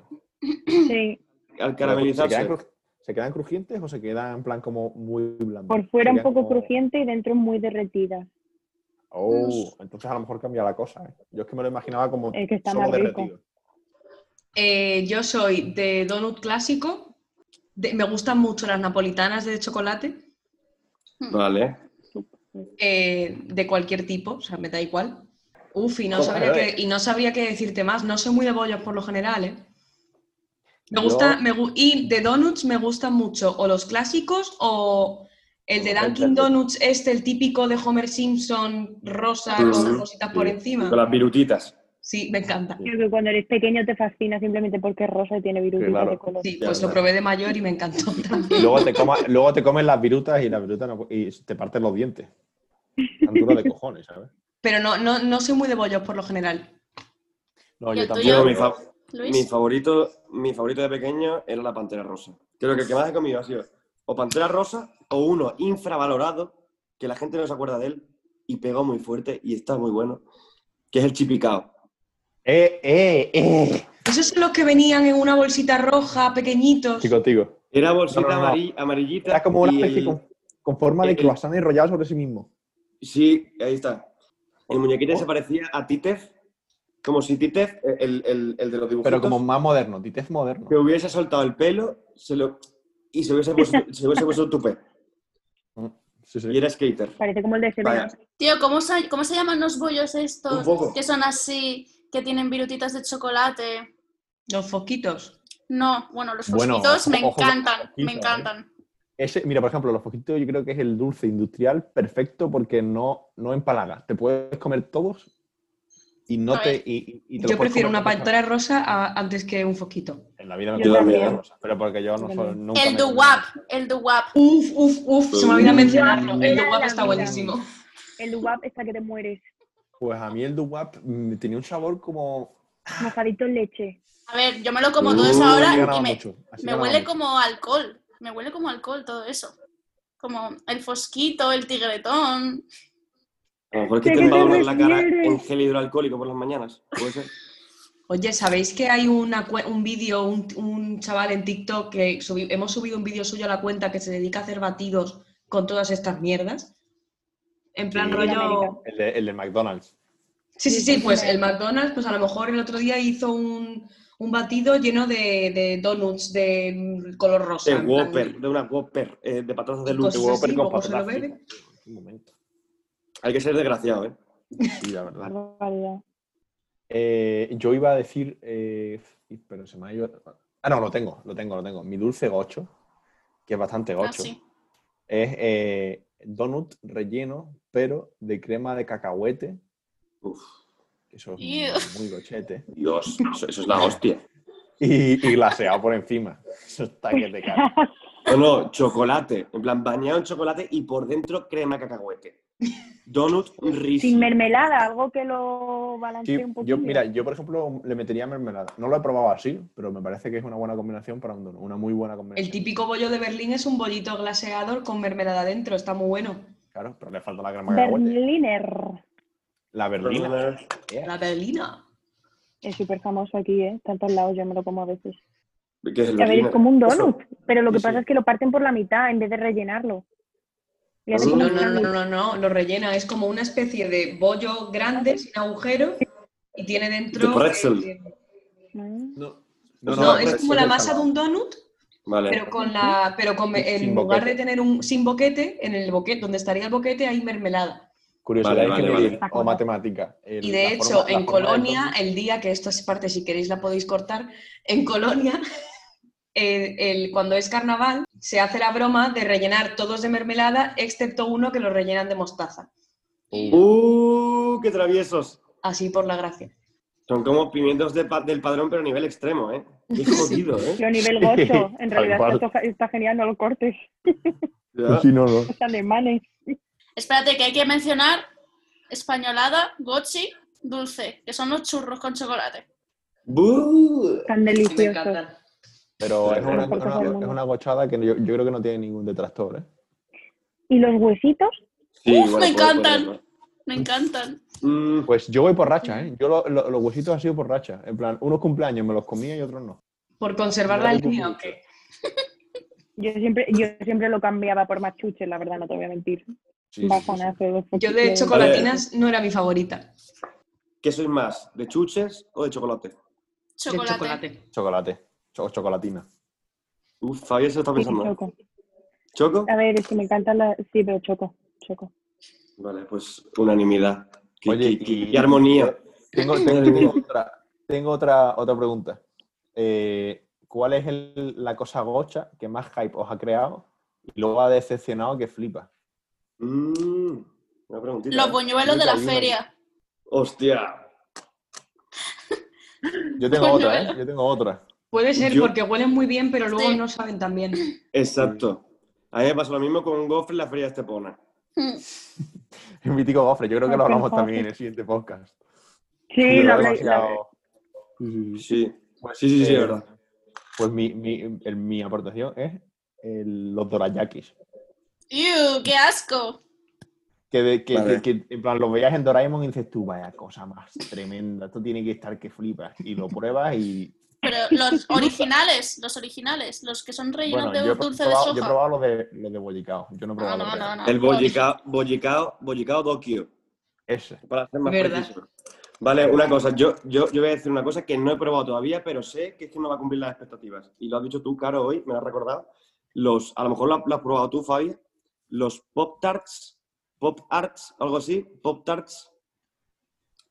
S7: Sí,
S2: Al
S6: Pero, ¿Se quedan,
S2: caramelizarse.
S6: cru- ¿Se quedan crujientes o se quedan en plan como muy blandos?
S7: por fuera
S6: Se
S7: un
S6: quedan
S7: poco
S6: como-
S7: crujiente y dentro muy derretida.
S6: Oh, entonces a lo mejor cambia la cosa. ¿eh? Yo es que me lo imaginaba como
S7: Es que está
S6: solo
S7: más rico.
S6: derretido.
S3: Eh, yo soy de donut clásico. de- me gustan mucho las napolitanas de chocolate,
S2: Vale.
S3: eh, de cualquier tipo, o sea, me da igual. Uf, y no,
S6: Joder,
S3: sabría
S6: eh.
S3: que, y no sabría qué decirte más. No soy muy de bollos por lo general, ¿eh? Me
S6: Yo-
S3: gusta, me gu- y de donuts me gustan mucho o los clásicos o el de
S6: Los
S3: Dunkin'
S6: clásicos.
S3: Donuts, este, el típico de Homer Simpson, rosa, con
S2: Ujú,
S3: cositas por
S2: sí.
S3: encima.
S2: Con las virutitas.
S3: Sí, me encanta.
S6: Sí.
S7: Creo que cuando eres pequeño te fascina simplemente porque es rosa y tiene virus
S6: Sí, claro.
S7: de color.
S3: Sí,
S2: Ya,
S3: pues lo
S2: ya.
S3: probé de mayor y me encantó *laughs* también.
S6: Y luego te, coma- luego te comes las virutas y las virutas no- y te parten los dientes. Tan duro de cojones, ¿sabes?
S3: Pero no, no, no soy muy de bollos por lo general.
S6: No,
S1: ¿Y
S6: yo
S1: el
S6: también.
S1: tuyo?
S2: Yo, mi, fa-
S1: Luis.
S2: mi favorito, mi favorito de pequeño era la pantera rosa. Creo que el que más he comido ha sido o pantera rosa o uno infravalorado, que la gente no se acuerda de él y pegó muy fuerte y está muy bueno, que es el chipicao.
S6: ¡Eh, eh, eh!
S3: Esos son los que venían en una bolsita roja, pequeñitos.
S6: Chico, tico.
S2: Era bolsita
S6: No, no, no.
S2: amarill- amarillita.
S6: Era como una
S2: y
S6: especie
S2: el-
S6: con, con forma de
S2: el-
S6: croissant enrollado sobre sí mismo.
S2: Sí, ahí está. El muñequito se parecía a Titef, como si Titef, eh, el, el- el de los dibujitos,
S6: Pero como más moderno, Titez moderno.
S2: que hubiese soltado el pelo se lo, y se hubiese puesto, se hubiese puesto tupé.
S6: Sí, sí.
S2: Y era skater.
S7: Parece como el de Severo.
S2: Vaya.
S1: Tío, ¿cómo se, ¿cómo se llaman los bollos estos?
S2: Un poco.
S1: Que son así, que tienen virutitas de chocolate.
S3: Los fosquitos.
S1: No, bueno, los
S6: Bueno,
S1: fosquitos me
S6: ojo- ojo con los
S1: encantan, me
S6: fosquitos, ¿eh?
S1: encantan.
S6: Ese, mira, por ejemplo, los foquitos yo creo que es el dulce industrial perfecto porque no, no empalaga. Te puedes comer todos y no
S1: A
S6: te.
S1: ver.
S6: Y, y- y te los
S3: Yo
S6: puedes
S3: prefiero
S6: comer
S3: una pantera rosa a- antes que un fosquito.
S6: En la vida me
S7: Yo
S6: como
S2: también.
S6: pantera rosa, pero porque yo no
S7: Yo
S6: soy
S7: también.
S6: nunca.
S1: El
S6: me he comido.
S1: duwap, el duwap.
S3: Uf, uf, uf, se me olvidó mencionarlo. El de guapo está
S7: Mm.
S3: buenísimo.
S7: El guap está que te mueres.
S6: Pues a mí el duwap mm, tenía un sabor como.
S3: Ah.
S7: Mojadito en leche.
S1: A ver, yo me lo como
S2: Uh,
S1: todo
S6: Así
S1: eso ahora
S6: ganaba
S1: y me,
S6: mucho, así
S1: me
S6: ganaba
S1: huele
S6: mucho.
S1: como alcohol. Me huele como alcohol todo eso. Como el fosquito, el tigretón.
S2: A lo mejor es que te
S7: ¿De qué te
S2: embadurnan la cara
S7: refieres?
S2: en gel hidroalcohólico por las mañanas. Puede ser.
S3: Oye, ¿sabéis que hay una cue- un vídeo, un, un chaval en TikTok que subi- hemos subido un vídeo suyo a la cuenta que se dedica a hacer batidos con todas estas mierdas? En plan
S6: Sí.
S3: rollo...
S7: América.
S6: El de, el de McDonald's.
S3: Sí, sí, sí, pues el McDonald's, pues a lo mejor el otro día hizo un, un batido lleno de, de donuts de mm, color rosa.
S2: De
S3: en plan-
S2: Whopper, de una Whopper, eh, de patatas de
S3: Y
S2: luz.
S3: cosas
S6: Whopper
S3: así,
S6: con
S3: luego se lo
S6: patatas
S3: bebe.
S6: fritas. Un momento.
S2: Hay que ser desgraciado, ¿eh?
S6: Sí, la verdad.
S7: Barbaridad.
S6: Eh, yo iba a decir, eh, pero se me ha ido. Ah, no, lo tengo, lo tengo, lo tengo. Mi dulce gocho, que es bastante
S1: Ah,
S6: gocho,
S1: sí.
S6: es eh, donut relleno, pero de crema de cacahuete.
S2: Uf.
S6: que Eso es
S1: Ew.
S6: muy gochete.
S2: Dios, eso, eso es la hostia.
S6: Y, y glaseado por encima. Eso está que te cagas.
S2: No, no, chocolate. En plan, bañado en chocolate y por dentro crema cacahuete. Donut
S7: Sin
S2: riso.
S7: mermelada, algo que lo balancee
S6: Sí,
S7: un poquito.
S6: yo, mira, yo por ejemplo le metería mermelada. No lo he probado así, pero me parece que es una buena combinación para un donut. Una muy buena combinación.
S3: El típico bollo de Berlín es un bollito glaseado con mermelada dentro, está muy bueno.
S6: Claro, pero le falta la crema de cacahuete.
S7: Berliner.
S6: La berlina.
S3: La berlina.
S7: Es súper famoso aquí, ¿eh? Está en todos lados, yo me lo como a veces.
S2: ¿Qué es el
S7: A ver, es
S2: original?
S7: como un
S2: Eso.
S7: donut, pero lo que
S2: Sí,
S7: pasa
S2: sí.
S7: es que lo parten por la mitad en vez de rellenarlo. Y
S2: Sí,
S7: hacen
S3: No, no,
S7: como un
S3: no, no,
S7: sándwich.
S3: no, no, lo rellena. Es como una especie de bollo grande sin agujero y tiene dentro.
S2: De pretzel.
S3: eh,
S7: Mm.
S6: No,
S2: No,
S3: no,
S2: no,
S3: es como la masa de un donut,
S2: Vale.
S3: pero con la, pero con
S6: Sin
S3: en
S6: boquete.
S3: lugar de tener un sin boquete, en el boquete, donde estaría el boquete hay mermelada.
S6: Curiosidad
S2: Vale,
S6: de
S2: vale,
S6: ingeniería
S7: vale.
S6: o matemática. El-
S3: Y
S6: la
S3: de hecho,
S6: forma- la
S3: en
S6: forma del
S3: Colonia,
S6: donut.
S3: el día que esta parte, si queréis, la podéis cortar, en Colonia, *laughs* el- el- cuando es carnaval, se hace la broma de rellenar todos de mermelada, excepto uno que lo rellenan de mostaza.
S2: ¡Uh! ¡Qué traviesos!
S3: Así por la gracia.
S2: Son como pimientos de pa- del padrón, pero a nivel extremo, ¿eh? Qué
S6: *laughs*
S2: jodido, ¿eh?
S7: Yo a nivel gocho,
S6: Tal
S7: en realidad
S6: cual.
S7: esto está, está genial, no lo cortes. *laughs*
S2: Ya.
S6: Sí, no, no.
S7: Los alemanes.
S1: Espérate, que hay que mencionar españolada, gochi, dulce, que son los churros con chocolate.
S2: ¡Bú!
S7: Tan
S3: Me
S7: deliciosos.
S3: encantan.
S6: Pero es
S2: Pero
S6: una,
S7: es porque
S6: una-
S7: todo el mundo-
S6: es una gochada que yo, yo creo que no tiene ningún detractor. ¿eh?
S7: ¿Y los huesitos?
S2: Sí,
S1: Uf, me
S2: puede-
S1: encantan.
S2: puede-
S1: Me encantan.
S2: Mm,
S6: Pues yo voy por racha, ¿eh? Yo lo- lo- los huesitos han sido por racha. En plan, unos cumpleaños me los comía y otros no.
S3: Por conservar la
S6: Algo
S3: línea,
S6: mucho.
S3: aunque.
S7: Yo siempre, yo siempre lo cambiaba por machuches, la verdad, no te voy a mentir.
S6: Sí, sí, sí, sí.
S7: Bajonazo. los
S3: Yo de
S7: poquitos.
S3: chocolatinas no era mi favorita.
S2: ¿Qué sois más? ¿De chuches o de chocolate?
S3: de
S1: Chocolate.
S3: chocolate.
S6: Chocolate. Cho- chocolatina.
S2: Uf, Fabián se lo está
S7: Sí, sí,
S2: pensando. ¿eh?
S7: choco.
S2: ¿Choco?
S7: A ver, es que me encanta la... Sí, pero choco, choco.
S2: Vale, pues unanimidad. Qué,
S6: Oye,
S2: qué- qué-
S6: y-
S2: qué armonía.
S6: Tengo, tengo- tengo otra, tengo otra, otra pregunta. Eh, ¿Cuál es el- la cosa gocha que más hype os ha creado y luego ha decepcionado que flipa?
S2: Mm, una preguntita.
S1: Los
S2: ¿eh?
S1: buñuelos de
S6: Nunca
S1: la
S6: vi una-
S1: feria.
S2: Hostia.
S6: Yo tengo
S1: Coño,
S6: otra, ¿eh?
S1: vela.
S6: Yo tengo otra. *laughs*
S3: Puede ser
S2: Yo-
S3: porque huelen muy bien, pero luego
S1: Sí.
S3: no saben tan bien.
S2: Exacto. A mí me pasó lo mismo con un gofre en la feria de Estepona.
S1: Mm.
S6: El mítico gofre, yo creo que lo hablamos
S7: Gofre.
S6: también en el siguiente podcast.
S7: Sí, lo
S6: Era
S7: habláis. lo habláis.
S2: Sí,
S6: demasiado-
S2: sí, sí, sí,
S6: Mm. Eh,
S2: es verdad.
S6: Pues mi, mi, el- mi aportación es el- los dorayakis.
S1: ¡Ew! ¡Qué asco!
S6: Que, de- que,
S2: Vale.
S6: que- que, en plan, los veías en Doraemon y dices tú, vaya cosa más tremenda, esto tiene que estar que flipas. Y lo pruebas y.
S7: *laughs*
S1: Pero los originales, los originales, los que son rellenos
S6: Bueno,
S1: de
S6: yo he,
S1: dulce de
S6: probado,
S1: soja. Ah,
S6: yo he probado los de, los de bollicao. Yo no he probado
S1: no,
S6: los
S1: no,
S6: de
S1: no, no.
S2: El
S1: Los
S2: bollicao, bollicao, bollicao Dokio.
S6: Ese.
S2: Para ser más
S3: Verdad.
S2: preciso. Vale, una cosa, yo, yo, yo voy a decir una cosa que no he probado todavía, pero sé que es que no va a cumplir las expectativas. Y lo has dicho tú, Caro, hoy, me lo has recordado. Los, a lo mejor lo, has- lo has probado tú, Fabi. Los Pop Tarts, Pop Arts, algo así, Pop Tarts.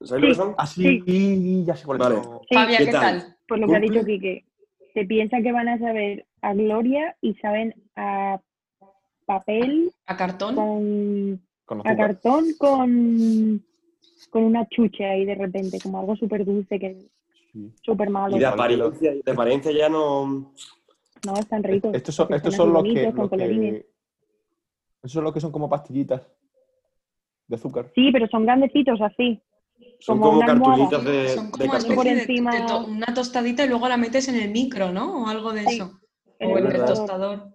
S2: ¿Sabéis lo que
S7: Sí.
S2: son?
S6: Así, Ah, ya sé cuáles
S2: Vale.
S6: son.
S7: Sí,
S3: Fabia,
S2: ¿qué
S3: ¿qué,
S2: tal?
S3: tal?
S7: por lo que ha
S2: ¿Cumple?
S7: dicho Quique. Se piensa que van a saber a Gloria y saben a papel
S3: ¿A cartón?
S7: con
S6: Con
S7: a
S6: azúcar.
S7: cartón con con una chucha ahí de repente, como algo súper dulce que
S6: Sí.
S7: súper malo.
S2: Y de apariencia, de apariencia ya no.
S7: No, están ricos.
S6: Estos son,
S7: porque
S6: estos
S7: así
S6: son los que,
S7: bonitos, con
S6: los que-
S7: colorines.
S6: Estos son los que son como pastillitas de azúcar.
S7: Sí, pero son grandecitos así.
S2: Son
S7: Como
S2: como,
S7: una almohada.
S2: cartullitas de,
S3: Son
S2: de
S3: como
S2: cartón.
S7: Por
S3: especie de-
S7: encima.
S3: de to- una tostadita y luego la metes en el micro, ¿no? O algo de
S7: Sí,
S3: eso.
S7: en
S3: O
S2: el
S3: en el
S2: micro.
S3: tostador.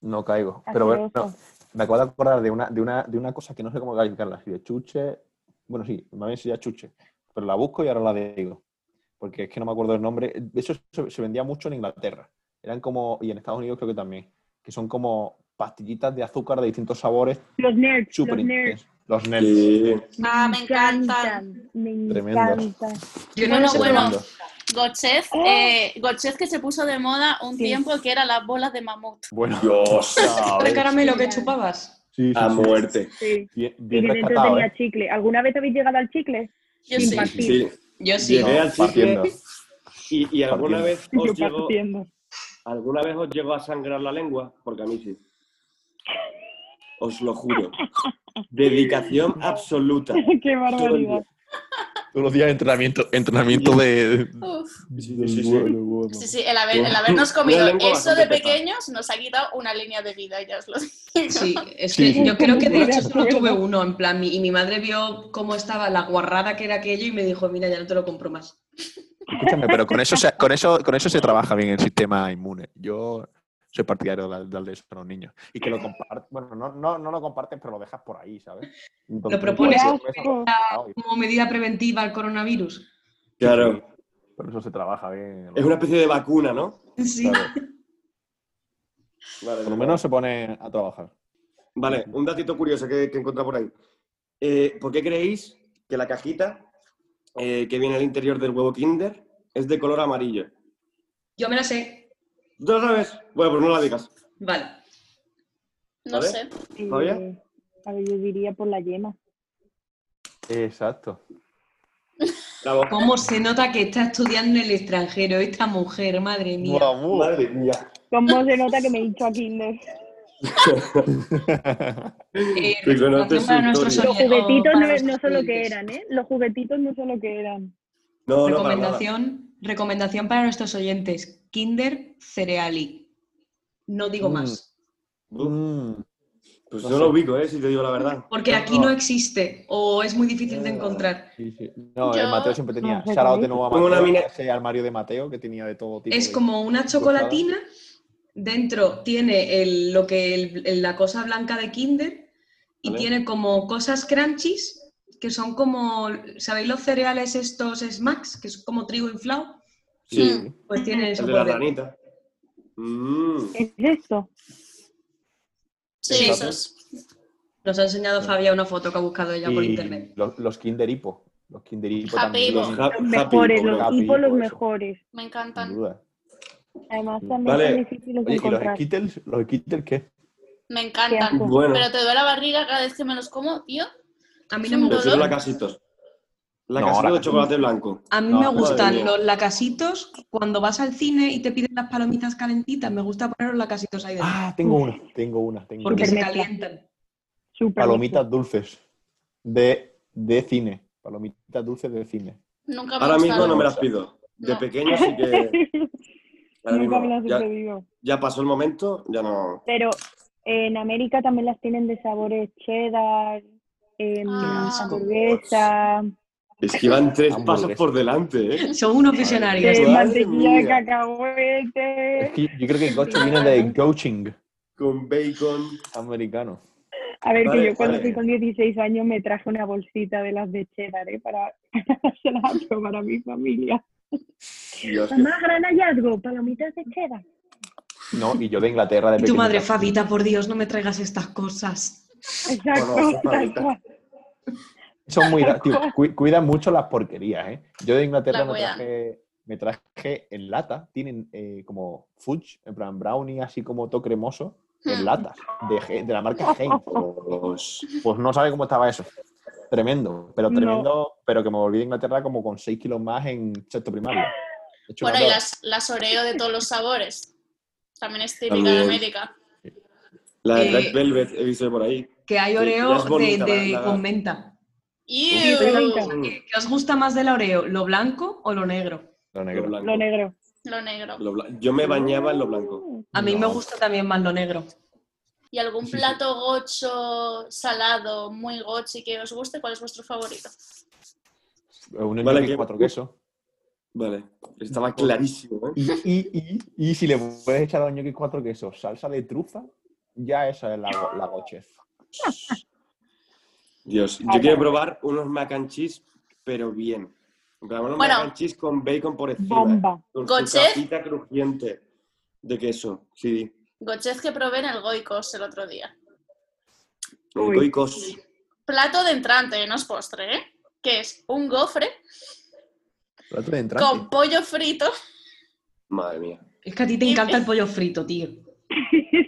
S6: No caigo. Pero bueno,
S7: Asqueroso.
S6: me acabo de acordar de una, de una, de una cosa que no sé cómo calificarla. Si de chuche. Bueno, sí, más bien sería chuche. Pero la busco y ahora la digo. Porque es que no me acuerdo el nombre. Eso se, se vendía mucho en Inglaterra. Eran como. Y en Estados Unidos creo que también. Que son como pastillitas de azúcar de distintos sabores.
S7: Los nerds,
S6: Súper
S7: los nerds.
S6: intensos. Los nerds.
S2: Sí.
S1: Ah, me encantan.
S7: encantan, Me
S6: Tremendos.
S7: encantan.
S3: Yo
S1: Bueno,
S3: sé
S1: bueno.
S3: cómo-
S1: Gotchez,
S7: Oh.
S1: eh, Gotchez que se puso de moda un
S7: Sí.
S1: tiempo que eran las bolas de mamut.
S6: Bueno.
S2: Dios,
S6: a
S3: ¿De
S6: ver,
S3: caramelo que
S7: Sí,
S3: chupabas?
S6: sí, sí,
S2: a
S6: sí.
S2: muerte.
S7: Sí.
S6: Bien,
S7: Y
S6: bien
S7: que dentro
S6: rescatado,
S7: tenía
S6: ¿eh?
S7: chicle. ¿Alguna vez habéis llegado al chicle?
S1: Yo
S7: Sin
S1: sí.
S7: partir.
S2: Sí.
S3: Yo sí.
S2: Llegué
S6: No,
S2: al chicle
S6: partiendo.
S2: y, y alguna
S6: Partiendo.
S2: vez
S7: Yo
S2: os llegó.
S7: partiendo.
S2: ¿Alguna vez os llegó a sangrar la lengua? Porque a mí sí. Os lo juro. Dedicación absoluta.
S7: *laughs*
S2: *laughs* Todo el
S7: Qué
S2: día.
S7: barbaridad.
S6: Todos los días entrenamiento, entrenamiento de.
S1: Uf.
S2: Sí, sí, sí.
S1: Sí, sí, el, haber- el
S2: Una
S1: habernos comido
S2: lengua
S1: eso de
S2: bastante pesada.
S1: pequeños nos ha quitado una línea de vida, ya os lo digo.
S3: Sí, es
S6: Sí,
S3: que
S6: sí.
S3: yo creo que de
S7: Estoy
S6: *laughs*
S7: de
S3: hecho solo
S7: acuerdo.
S3: tuve uno, en plan, mi- y mi madre vio cómo estaba la guarrada que era aquello y me dijo, mira, ya no te lo compro más.
S6: Escúchame, pero con eso, se, con, eso, con eso se trabaja bien el sistema inmune. Yo soy partidario de darle eso a los niños. Y que lo compartes. Bueno, no, no, no lo compartes, pero lo dejas por ahí, ¿sabes? Entonces,
S3: propones.
S6: pues, eso- ay,
S3: Como medida preventiva al coronavirus.
S2: Claro.
S6: Por eso se trabaja bien.
S2: Es una especie de vacuna, ¿no?
S3: Sí.
S6: Claro. Por lo menos se pone a trabajar.
S2: Vale, un datito curioso que, que he encontrado por ahí. Eh, ¿Por qué creéis que la cajita eh, que viene al interior del huevo Kinder es de color amarillo?
S3: Yo me la sé.
S2: ¿Tú lo sabes? Bueno, pues no la digas.
S3: Vale.
S1: No
S2: ¿Vale?
S1: sé.
S7: Eh,
S2: ¿Fabia?
S7: a ver, yo diría por la yema.
S6: Exacto.
S2: La voz.
S3: ¿Cómo se nota que está estudiando en el extranjero esta mujer, madre mía?
S2: Oh, Madre mía.
S7: ¿Cómo se nota que me he dicho a Kinder?
S3: Eh,
S2: Sí, bueno, esto es
S3: recomendación para
S2: su
S3: nuestros
S2: historia.
S7: Los
S3: oyentes-
S7: juguetitos
S3: para
S7: no,
S3: nuestros
S7: no son lo que
S3: oyentes.
S7: eran, ¿eh? Los juguetitos no son lo que eran.
S2: No, no, para nada.
S3: Recomendación, recomendación para nuestros oyentes. Kinder Cereali. No digo
S6: Mm.
S3: más.
S6: *laughs* Mm,
S2: Pues
S6: No
S2: no
S6: sé.
S2: lo ubico, eh, si te digo la verdad.
S3: Porque aquí no existe o es muy difícil
S2: Ah,
S3: de encontrar.
S6: sí, sí. No,
S1: Yo-
S6: el Mateo siempre tenía.
S7: No, fue
S6: Shout out
S7: con
S6: de nuevo a
S2: Fue una
S6: Mateo,
S2: mina-
S6: ese armario de Mateo que tenía de todo tipo.
S3: Es
S6: de-
S3: como una
S2: Pues
S3: chocolatina, dentro tiene el- lo que el- el- la cosa blanca de Kinder y
S2: Vale.
S3: tiene como cosas crunchies que son como, ¿sabéis los cereales estos smacks? Que es como trigo inflado,
S2: Sí,
S3: pues tiene eso
S2: el de
S3: por
S2: la
S3: dentro.
S2: ranita. Mm.
S7: ¿Es esto?
S1: Sí,
S6: Exacto.
S1: esos.
S3: Nos ha enseñado Fabia una foto que ha buscado ella por
S6: Y
S3: internet.
S6: Los, los Kinder Hippo. Los Kinder Hippo
S1: Happy
S6: también.
S2: Los
S1: Hippo.
S2: ha-
S7: Los
S2: happy
S7: mejores,
S2: Hippo,
S7: los
S2: ¿no?
S6: Happy
S7: tipos los
S6: Hippo, eso.
S7: mejores.
S1: Me
S6: Sin
S1: encantan.
S6: duda.
S7: Además, también
S2: Vale.
S7: son difíciles de
S6: Oye, ¿y los
S7: encontrar.
S6: Skittles? ¿Los Skittles qué?
S1: Me
S7: Qué
S1: encantan.
S7: asco.
S2: Bueno,
S1: Pero te duele la barriga cada vez que me los como, tío.
S3: A mí no me
S2: prefiero
S1: Pero dolor.
S3: gustan.
S2: la casitos. La
S6: No,
S2: casito
S6: la
S2: de
S6: Casitos.
S2: chocolate blanco.
S3: A mí
S6: No,
S3: me
S6: madre
S3: gustan
S2: mía.
S3: los lacasitos cuando vas al cine y te piden las palomitas calentitas. Me gusta poner los lacasitos ahí dentro.
S6: Ah, tengo una, tengo una, tengo
S3: porque
S6: una.
S3: se
S7: mezcla.
S3: calientan.
S7: Súper *laughs*
S6: Palomitas dulces de, de cine. Palomitas dulces de cine.
S1: Nunca me
S2: Ahora mismo
S1: gustaron.
S2: no me las pido. De
S1: No.
S2: pequeño
S7: *laughs*
S2: sí que.
S7: dulces.
S2: ahora
S7: Nunca
S2: mismo,
S7: me las he
S2: ya,
S7: pedido.
S2: ya pasó el momento, ya no.
S7: Pero en América también las tienen de sabores cheddar, eh,
S1: Ah.
S7: hamburguesa,
S2: Es que van tres pasos
S6: Hamburguesa.
S2: por delante, ¿eh?
S3: Son unos visionarios.
S7: eh,
S2: Madre
S7: mantequilla de
S2: mía.
S7: cacahuete.
S3: Eh,
S6: Es que yo creo que gocho viene de coaching
S2: Con bacon.
S6: americano.
S7: A ver,
S2: Vale,
S7: que yo cuando
S2: vale.
S7: fui con 16 años me traje una bolsita de las de cheddar, ¿eh? Para *laughs* dárselas a probar a mi familia.
S2: Dios, que-
S7: Mamá, gran hallazgo, palomitas de cheddar.
S6: No, y yo de Inglaterra de
S3: Y tu
S6: pequeñita.
S3: madre, Fabita, por Dios, no me traigas estas cosas.
S7: Exacto,
S2: Bueno, son
S7: tal
S2: palomitas.
S7: cual.
S6: Son muy... gra-
S1: *laughs*
S6: Tío, cu- cuidan mucho las porquerías, ¿eh? Yo de Inglaterra
S1: La
S6: me
S1: cuidan.
S6: traje, me traje en lata. Tienen eh, como fudge, en plan brownie, así como todo cremoso, en
S1: Hmm.
S6: latas, de, He- de la marca Heinz.
S2: Dios.
S6: Pues no sabe cómo estaba eso. Tremendo, pero
S7: No.
S6: tremendo, pero que me volví de Inglaterra como con 6 kilos más en sexto primario. He hecho una
S1: Bueno, y
S6: droga.
S1: las, las Oreo de todos los sabores. También es típica de
S2: También.
S1: América.
S2: La de Black
S3: Eh,
S2: Velvet he visto por ahí.
S3: Que hay
S2: Sí, ya
S3: Oreo
S2: es bonita
S3: de, de-
S2: la- la-
S3: con menta.
S1: ¡Ew!
S7: Sí, pero-
S6: Mm.
S3: ¿Qué, qué os gusta más del Oreo? ¿Lo blanco o lo negro?
S6: Lo negro.
S2: Lo blanco.
S7: Lo negro.
S1: Lo negro.
S2: Lo bla- Yo me bañaba en lo blanco.
S3: A mí me
S6: No.
S3: gusta también más lo negro.
S1: ¿Y algún plato gocho, salado, muy gochi que os guste? ¿Cuál es vuestro favorito?
S6: Un
S2: Vale,
S6: ñoqui
S2: que-
S6: cuatro quesos.
S2: Vale. Estaba clarísimo, ¿eh?
S6: Y, y, y, y si le puedes echar a los ñoquis cuatro quesos salsa de trufa, ya esa es la, go- la goche.
S2: Dios. Yo
S7: Vale.
S2: quiero probar unos mac and cheese, pero bien. En plan, unos
S1: Bueno.
S2: mac and cheese con bacon por encima.
S7: Bomba. *laughs*
S2: Con su
S1: Goché.
S2: capita crujiente de queso. Sí.
S1: Gochez que probé en el Goicos el otro día.
S7: Uy.
S2: Goicos.
S1: Plato de entrante, no es postre, ¿eh? Que es un gofre
S6: Plato de
S1: con pollo frito.
S2: Madre mía.
S3: Es que a ti te
S1: Y-
S3: encanta el pollo frito, tío.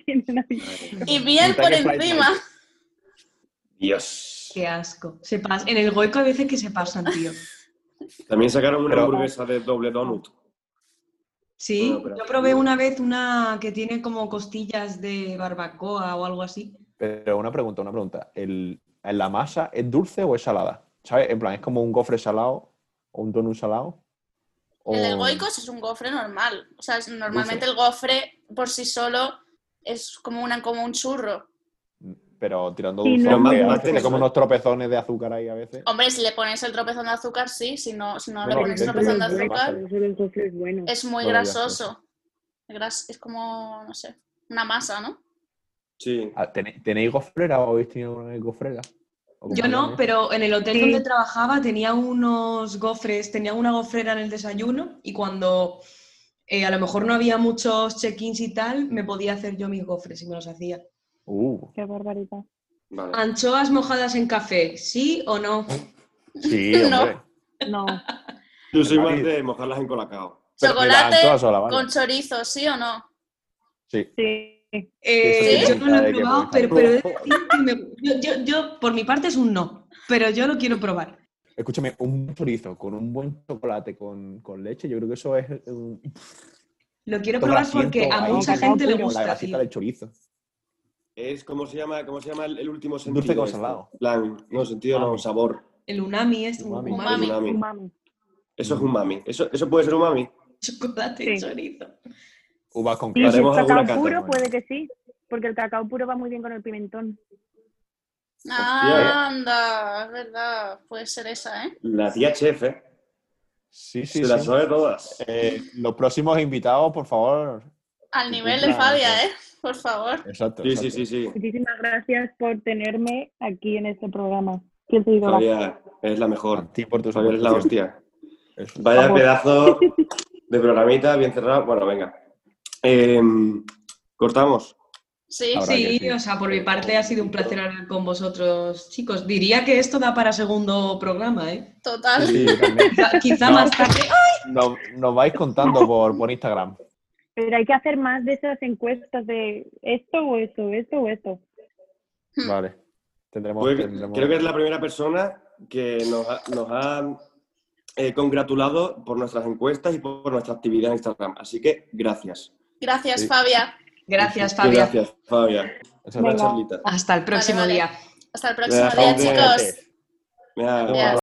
S7: Tiene una-
S1: y miel por
S6: Kentucky Fried
S1: encima.
S2: Dios.
S3: Qué asco. Se pas- En el goico hay veces que se pasan, tío.
S2: También sacaron una
S6: Pero-
S2: hamburguesa de doble donut.
S3: Sí,
S2: Bueno, pero-
S3: yo probé una vez una que tiene como costillas de barbacoa o algo así.
S6: Pero una pregunta, una pregunta. El, ¿La masa es dulce o es salada? ¿Sabes? En plan, ¿es como un gofre salado o un donut salado? O-
S1: El del Goicos es un gofre normal. O sea, es- normalmente el gofre por sí solo es como, una, como un churro.
S6: Pero tirando
S7: Sí,
S6: dulce.
S7: no,
S6: aunque
S2: no.
S6: a veces te como unos tropezones de azúcar ahí a veces.
S1: Hombre, si le pones el tropezón de azúcar, sí. Si no, si no le
S6: Bueno,
S1: pones
S6: yo
S1: el tropezón de
S6: creo que-
S1: azúcar,
S7: Solo el gofre es bueno.
S1: es muy
S6: Bueno, ya
S1: grasoso. Gras- es como, no sé, una masa, ¿no?
S2: Sí.
S6: Ah, ¿tene- ¿Tenéis gofrera o habéis tenido una gofrera? ¿O
S3: Yo
S6: cómo
S3: no,
S6: se llama?
S3: pero en el hotel
S7: Sí.
S3: donde trabajaba tenía unos gofres, tenía una gofrera en el desayuno y cuando eh, a lo mejor no había muchos check-ins y tal, me podía hacer yo mis gofres y me los hacía.
S1: *laughs*
S6: Uh,
S7: Qué *laughs* barbaridad.
S6: Ah.
S2: Vale.
S3: Anchoas mojadas en café, ¿sí o no?
S6: sí,
S1: No.
S6: hombre.
S7: No.
S2: Yo soy más
S6: David.
S2: de mojarlas en colacao.
S6: Pero ni las
S1: Chocolate
S6: anchoas o la habana.
S1: con chorizo, ¿sí o no?
S6: Sí.
S7: Sí.
S3: Eh,
S1: eso sí
S3: yo
S6: pinta
S3: no lo
S6: de
S3: he
S6: que
S3: probado,
S6: puede
S3: pero,
S6: estar
S3: pero he de decir que me- yo, yo- yo, por mi parte es un no, pero yo lo quiero probar.
S6: Escúchame, un chorizo con un buen chocolate con, con leche, yo creo que eso es un
S3: Lo quiero
S6: todo
S3: probar
S6: grasiento
S3: porque a
S6: ahí,
S3: mucha
S6: como-
S3: gente le
S6: como La
S3: gusta.
S6: grasita
S3: tío.
S6: del chorizo.
S2: Es como se llama, ¿cómo se llama el, el último sentido.
S6: Dulce con
S2: este?
S6: salado.
S2: Plan, no, sentido no,
S6: Umami.
S2: sabor.
S3: El unami es un
S6: Umami.
S1: Umami.
S3: umami.
S2: Umami.
S7: Umami.
S2: Eso es umami. Eso, eso puede ser umami.
S3: chocolate y
S7: Sí.
S3: chorizo.
S6: Uvas con
S7: Y si es
S2: Haremos alguna
S7: cacao
S2: cata,
S7: puro,
S6: bueno.
S7: puede que sí. Porque el cacao puro va muy bien con el pimentón.
S6: eh.
S1: Anda, es verdad. Puede ser esa, ¿eh?
S2: La tía chef, ¿eh?
S6: Sí,
S2: Se
S6: sí,
S2: las
S6: sí.
S2: sabe todas.
S6: Eh, los próximos invitados, por favor.
S1: Al nivel de
S6: Claro,
S1: Fabia,
S6: claro.
S1: ¿eh? Por favor.
S6: Exacto.
S2: Sí, sí,
S6: exacto.
S2: sí, sí.
S7: Muchísimas gracias por tenerme aquí en este programa. Yo soy ídola.
S2: Fabia es la mejor.
S6: A ti por tus
S2: Fabia es la
S6: aportaciones.
S2: hostia.
S6: Eso.
S2: Vaya
S7: Vamos.
S2: pedazo de programita, bien cerrado. Bueno, venga. Em, cortamos.
S1: Sí.
S6: Ahora
S3: Sí,
S6: que sí.
S3: o sea, por mi parte ha sido un placer hablar con vosotros, chicos. Diría que esto da para segundo programa, *laughs* ¿eh?
S1: Total.
S6: Sí, también.
S3: Quizá, quizá
S6: No.
S3: más tarde.
S6: Nos, nos vais contando por, por Instagram.
S7: Pero hay que hacer más de esas encuestas de esto o esto, esto o esto.
S6: Vale. Tendremos,
S2: *laughs* Pues,
S6: tendremos-
S2: creo que es la primera persona que nos ha, nos ha, eh, congratulado por nuestras encuestas y por nuestra actividad en Instagram. Así que gracias.
S1: Gracias,
S6: Sí.
S1: Fabia.
S3: Gracias, Fabia.
S2: Gracias, Fabia.
S6: Esa es la
S2: Una
S7: Venga.
S2: charlita.
S3: Hasta el próximo
S1: vale.
S3: día.
S1: Hasta el próximo día,
S2: Gracias.
S1: chicos.
S2: Mira,
S1: Gracias.